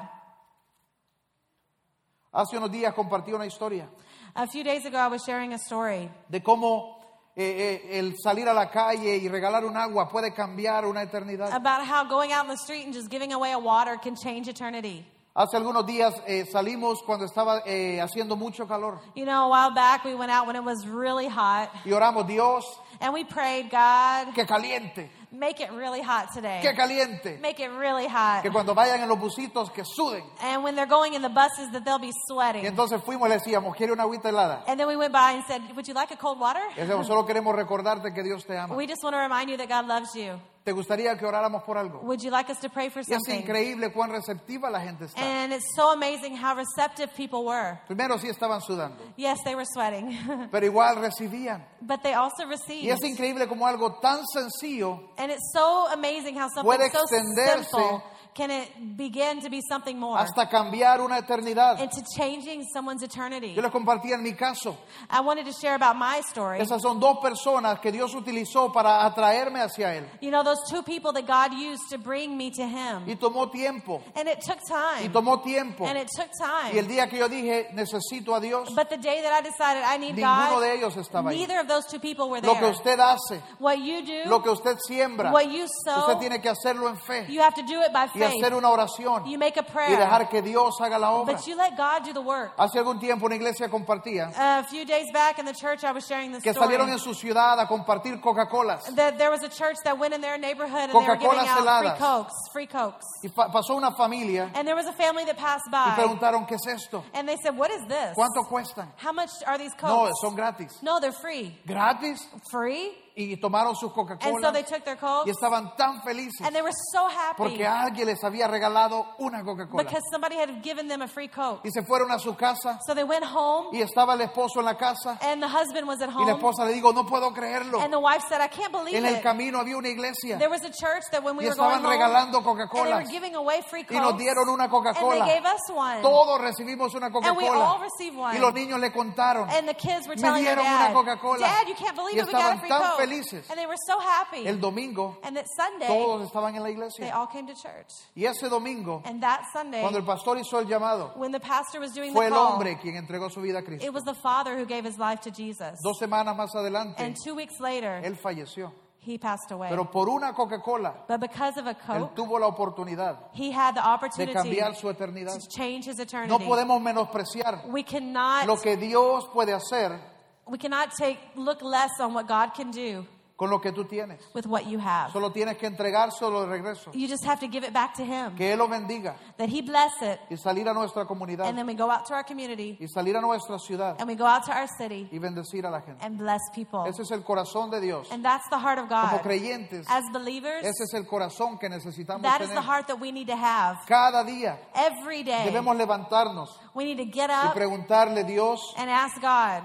Hace unos días compartí una historia A few days ago, I was sharing a story de cómo eh, eh, el salir a la calle y regalar un agua puede cambiar una eternidad. about how going out in the street and just giving away a water can change eternity. Hace algunos días eh, salimos cuando estaba eh, haciendo mucho calor You know, a while back, we went out when it was really hot y oramos, Dios, and we prayed, God, que caliente, make it really hot que today. caliente. Make it really hot. que cuando vayan en los busitos que suden. And when they're going in the buses, that they'll be Y sweating. entonces fuimos y le decíamos, ¿quiere una agüita helada? And then we went by and said, Would you like a cold water? Le decíamos, solo queremos recordarte que Dios te ama. We just want to remind you that God loves you. Te ¿Te gustaría que oráramos por algo? Would you like us to pray Y for es something? Eh. increíble cuán receptiva la gente está. And it's so amazing how receptive people were. Primero sí estaban sudando, Yes, they were sweating, pero igual recibían. but they also Y es received. increíble como algo tan sencillo And it's so amazing how something Puede so extenderse eh? simple can it begin to be something more hasta cambiar una eternidad. into changing someone's eternity. Yo les compartía en mi caso. I wanted to share about my story. Esas son dos personas que Dios utilizó para atraerme hacia Él. You know, those two people that God used to bring me to Y Him. tomó tiempo, And it took y time. tomó tiempo. And it took Y el time. día que yo dije, necesito a Dios, But the day that I decided I need ninguno de God, ellos estaba ahí. neither of those two people were Lo que there. usted hace, What you do, lo que usted siembra, what you usted sow, tiene que hacerlo en fe you have to do it by y hacer faith. una oración You make a y prayer, dejar que Dios haga la obra. but you let God do the work. Hace algún tiempo una iglesia compartía A few days back in the church, I was sharing this que salieron story. en su ciudad a compartir Coca-Colas That there was a church that went in their neighborhood and they were giving Coca-Colas out heladas. free cokes, free cokes. y fa- pasó una familia And there was a family that passed y by preguntaron, ¿qué es esto? and they said, "What is this? ¿Cuánto cuestan? How much are these No, cokes?" son gratis. No, they're free. Gratis Free? y tomaron sus And so Coca-Cola they took their y Coke estaban tan felices and they were so happy porque alguien les había regalado una Coca-Cola because somebody had given them a free Coke. y se fueron a su casa So they went home y estaba el esposo en la casa and the husband was at y la home esposa le digo, no puedo creerlo. and the wife said, "I can't believe En el it." camino había una iglesia There was a church that when we y were going estaban regalando home and they Coca-Cola were giving away free y nos Coke dieron una and they Coca-Cola. gave us one. Todos recibimos una And we all Coca-Cola. received Y one. los niños le contaron. And the kids were Me telling their dieron una dad, Coca-Cola. Dad, you can't believe Y it, we got a estaban free tan Coke. felices. And they were so happy. El domingo and that Sunday, todos estaban en la they iglesia. all came to church. Y ese domingo, And that Sunday, cuando el pastor hizo el llamado, when the pastor was doing fue the el call, hombre quien entregó su vida a Cristo. it was the father who gave his life to Jesus. Dos semanas más adelante, and two weeks later, él falleció. he passed away. Pero por una Coca-Cola, but because of a él Coke, tuvo la oportunidad he had the de opportunity cambiar su eternidad. to change his eternity. No podemos menospreciar we cannot lo que Dios puede hacer we cannot take look less on what God can do con lo que tú tienes. with what you have. Solo tienes que entregárselo de regreso. you just have to give it back to him. Que Él lo bendiga that he bless it y salir a nuestra comunidad And then we go out to our community y salir a nuestra ciudad and we go out to our city y bendecir a la gente. and bless people. Ese es el corazón de Dios. And that's the heart of Como God. creyentes, As believers, ese es el corazón que necesitamos that is tener. the heart that we need to have. Cada día Every day, debemos levantarnos we need to get y up preguntarle, Dios, and ask God,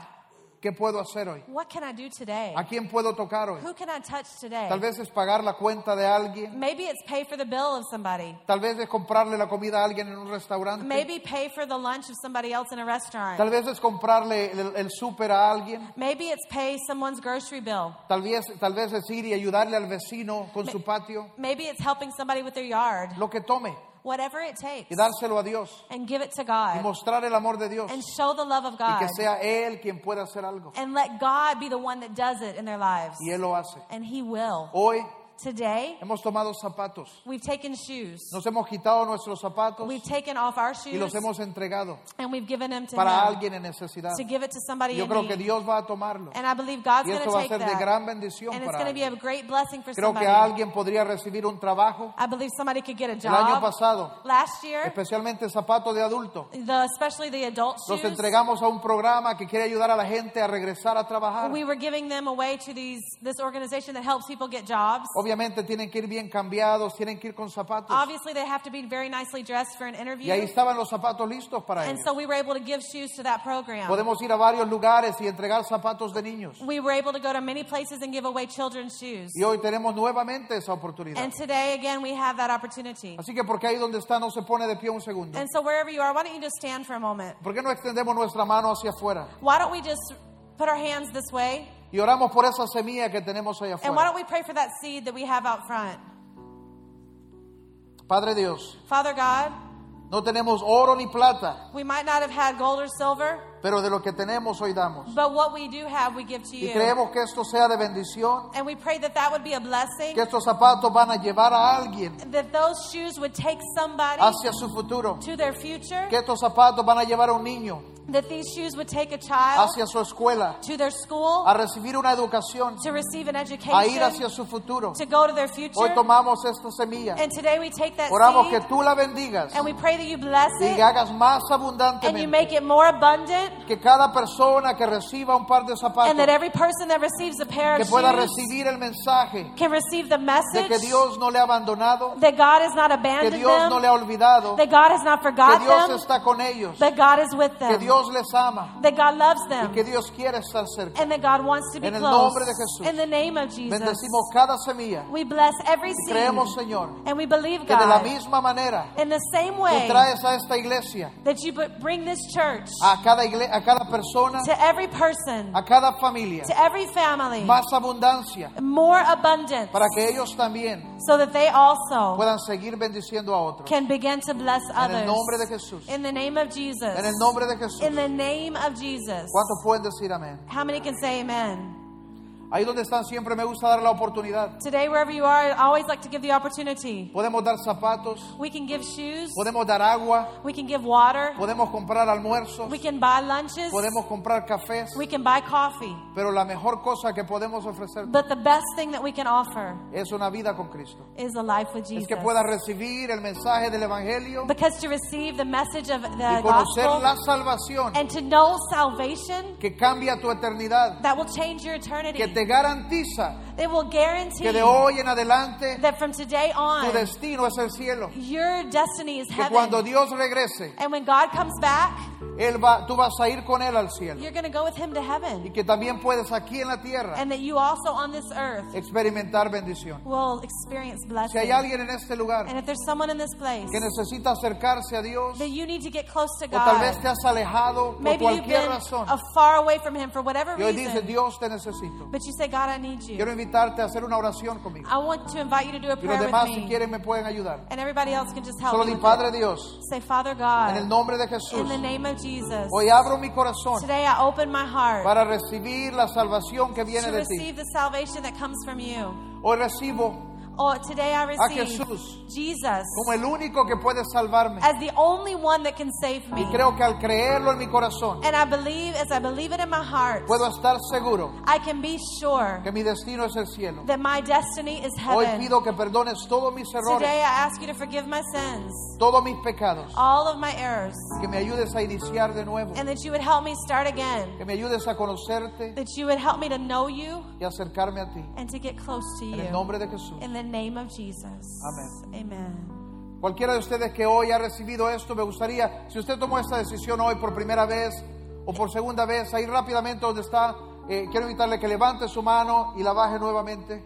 ¿qué puedo hacer hoy? what can I do today? ¿A quién puedo tocar hoy? Who can I touch today? Tal vez es pagar la cuenta de alguien. Maybe it's pay for the bill of somebody. Tal vez es comprarle la comida a alguien en un restaurante. Maybe pay for the lunch of somebody else in a Tal restaurant. vez es comprarle el, el súper a alguien. Maybe it's pay someone's grocery bill. Tal vez, tal vez es ir y ayudarle al vecino con su patio. Maybe it's helping somebody with their yard. Lo que tome Whatever it takes. y dárselo a Dios. And give it to Y God. mostrar el amor de Dios. And show the love of Y God. que sea Él quien pueda hacer algo. and let God be the one that does it in their lives. Y Él lo hace. And He will. Hoy Today, hemos tomado zapatos. we've taken shoes. Nos hemos quitado nuestros zapatos We've taken off our y shoes los hemos entregado and we've given them to para Him alguien en necesidad. to give it to somebody Yo in creo que need. Dios va a tomarlo. And I believe God's Y going esto to va a take ser de that. gran bendición And it's para going to be alguien. a great blessing for Creo que somebody. alguien podría recibir un trabajo. I believe somebody could get a El año job. pasado, Last year, especialmente zapatos de adulto, the, especially the adult los shoes, entregamos a un programa que quiere ayudar a la gente a regresar a trabajar. we were giving them away to these this organization that helps people get jobs. Obviamente tienen que ir bien cambiados, tienen que ir con zapatos. Obviously, they have to be very nicely dressed for an Y ahí interview. estaban los zapatos listos para And ellos. so we were able to give shoes to that program. Podemos ir a varios lugares y entregar zapatos de niños. We were able to go to many places and give away children's shoes. Y hoy tenemos nuevamente esa oportunidad. And today, again, we have that opportunity. Así que porque ahí donde está no se pone de pie un segundo. And so, wherever you are, why don't you just stand for a moment? ¿Por qué no extendemos nuestra mano hacia afuera Why don't we just put our hands this way? y oramos por esa semilla que tenemos allá And afuera? why don't we pray for that seed that we have out front? Padre Dios, Father God, no tenemos oro ni plata, we might not have had gold or silver, pero de lo que tenemos hoy damos. but what we do have, we give to Y you. creemos que esto sea de bendición, And we pray that that would be a blessing, que estos zapatos van a llevar a alguien that those shoes would take somebody hacia su futuro, to their future, que estos zapatos van a llevar a un niño that these shoes would take a child hacia su escuela, to their school a recibir una educación, to receive an a ir education, hacia su futuro. to go to their future. Hoy tomamos esta semilla. and today we take that Oramos que seed tú la bendigas and we pray that you bless y que it hagas más and you abundantemente. make it more abundant Que cada persona que reciba un par de zapatos, and that every person that receives a pair que of pueda shoes recibir el mensaje can receive the de message que Dios no le ha abandonado, that God has not que abandoned Dios no them, le ha olvidado, that God has not que forgotten Dios them, está con ellos, that God is with que them, Dios les ama that God loves y them, que Dios quiere estar cerca. and that God wants to be En el close. nombre de Jesús. In the name of Jesus, Bendecimos cada semilla. we bless every Y seed, creemos, Señor, and we believe que de la God. Pues. misma manera in the same tú way traes a esta iglesia, that you bu- bring this church a cada, igle- a cada persona, to every person, a cada familia, to every family, más abundancia more abundance, para que ellos también so that they also puedan seguir bendiciendo a otros. can begin to bless En el others. nombre de Jesús. In the name of Jesus. En el nombre de Jesús. In the name of Jesus. ¿Cuántos pueden decir amén? How many can say amen? Ahí donde están siempre me gusta dar la oportunidad. Today, wherever you are, I always like to give the opportunity. Podemos dar zapatos, We can give shoes. podemos dar agua, We can give water. podemos comprar almuerzos, We can buy lunches. podemos comprar cafés, We can buy coffee. pero la mejor cosa que podemos ofrecer But the best thing that we can offer es una vida con Cristo. is a life with Jesus. Es que puedas recibir el mensaje del Evangelio Because to receive the message of the y conocer la gospel salvación and to know salvation que cambia tu eternidad, that will change your eternity. que te garantiza It will guarantee que de hoy en adelante that from today tu on, destino es el cielo. your destiny is Que cuando heaven. Dios regrese, And when God comes back, él va, tú vas a ir con Él al cielo. you're going to go with Him to Y heaven. que también puedes aquí en la tierra And that you also on this earth experimentar bendición. will experience Si hay blessing. alguien en este And lugar if there's someone in this place que necesita acercarse a Dios, that you need to get close to o tal vez God, te has alejado por maybe you've cualquier been razón, a far away from Him for whatever y hoy dice, reason, Dios te necesito. but you say, God, I need you. Quiero invitarte a hacer una oración conmigo. I want to invite you to do a Y los prayer demás, with si me. quieren, me pueden ayudar. And everybody else can just help Solo me di, with Padre Dios, it. Say, Father en el God, nombre de Jesús, in the name of Jesus, hoy abro mi corazón today I open my heart para recibir la salvación que viene to de ti. receive the salvation that comes from you. Hoy recibo Oh, today I a receive Ah, Jesús Jesus como el único que puede salvarme. as the only one that can save me. Y creo que al creerlo en mi corazón, And I believe, as I believe it in my heart, puedo estar seguro I can be sure que mi destino es el cielo. that my destiny is Hoy heaven. pido que perdones todos mis errores, Today I ask you to forgive my sins, todos mis pecados, all of my errors, que me ayudes a iniciar de nuevo, and that you would help me start again. que me ayudes a conocerte That you would help me to know you y acercarme a ti. and to get close to En el you. nombre de Jesús. In the name of Jesus. Amen. Amen. Cualquiera de ustedes que hoy ha recibido esto, me gustaría, si usted tomó esta decisión hoy por primera vez o por segunda vez, ahí rápidamente donde está, eh, quiero invitarle que levante su mano y la baje nuevamente.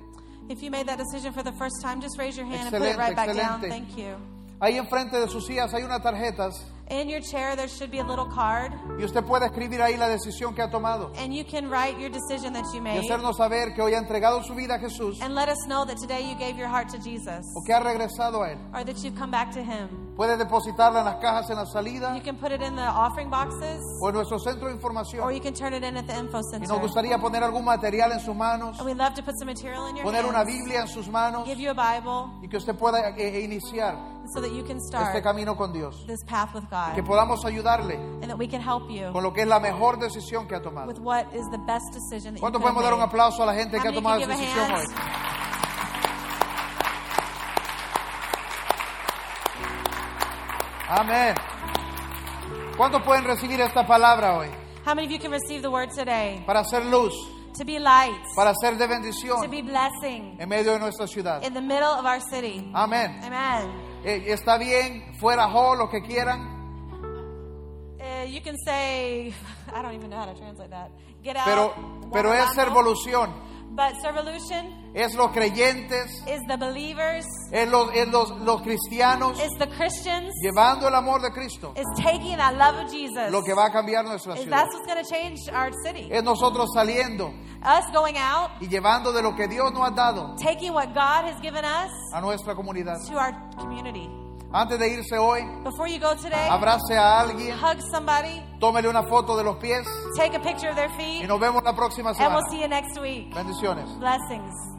If you made that decision for the first time, just raise your hand and put it Excelente, right back down. excelente. Thank you. Ahí enfrente de sus sillas hay unas tarjetas In your chair, there should be a little card, y usted puede escribir ahí la decisión que ha tomado and you can write your decision that you y made hacernos saber que hoy ha entregado su vida a Jesús and let us know that today you gave your heart to Jesus o que ha regresado a Él. or that you've come back to Him. Puede depositarla en las cajas en la salida You can put it in the offering boxes o en nuestro centro de or información. you can turn it in at the info Y nos center. gustaría poner algún material en sus manos, And we'd love to put some material in your poner una hands, Biblia en sus manos give you a Bible y que usted pueda eh, iniciar. so that you can este start camino con Dios. this path with Que God podamos ayudarle and that we can help you con lo que es la mejor decisión que ha with tomado. what is the best decision that you ¿Cuánto could podemos dar un have made. aplauso a la gente How que ha many tomado can give esa decisión a hoy? hand? Amén. ¿Cuántos pueden recibir esta palabra hoy? How many of you can receive the word today? Para hacer luz, To be light, para ser de to bendición be blessing en medio de nuestra ciudad. in the middle of our city. Amén. Amen. Eh, está bien, fuera jo, lo que quieran, Uh, you can say, I don't even know how to translate that. Get out. pero, pero es guardando. servolución. But servolution Es los creyentes, is the believers, es los, es los, los cristianos is the Christians, llevando el amor de Cristo. is taking that love of Jesus. lo que va a cambiar nuestra Is ciudad. that's what's going to change our city. Es nosotros saliendo Us going out, y llevando de lo que Dios nos ha dado taking what God has given us a nuestra comunidad. to our community. Antes de irse hoy, Before you go today, abrace a alguien, hug somebody, tómele una foto de los pies take a picture of their y feet, nos vemos la próxima and semana. we'll see you next week. Bendiciones. Blessings.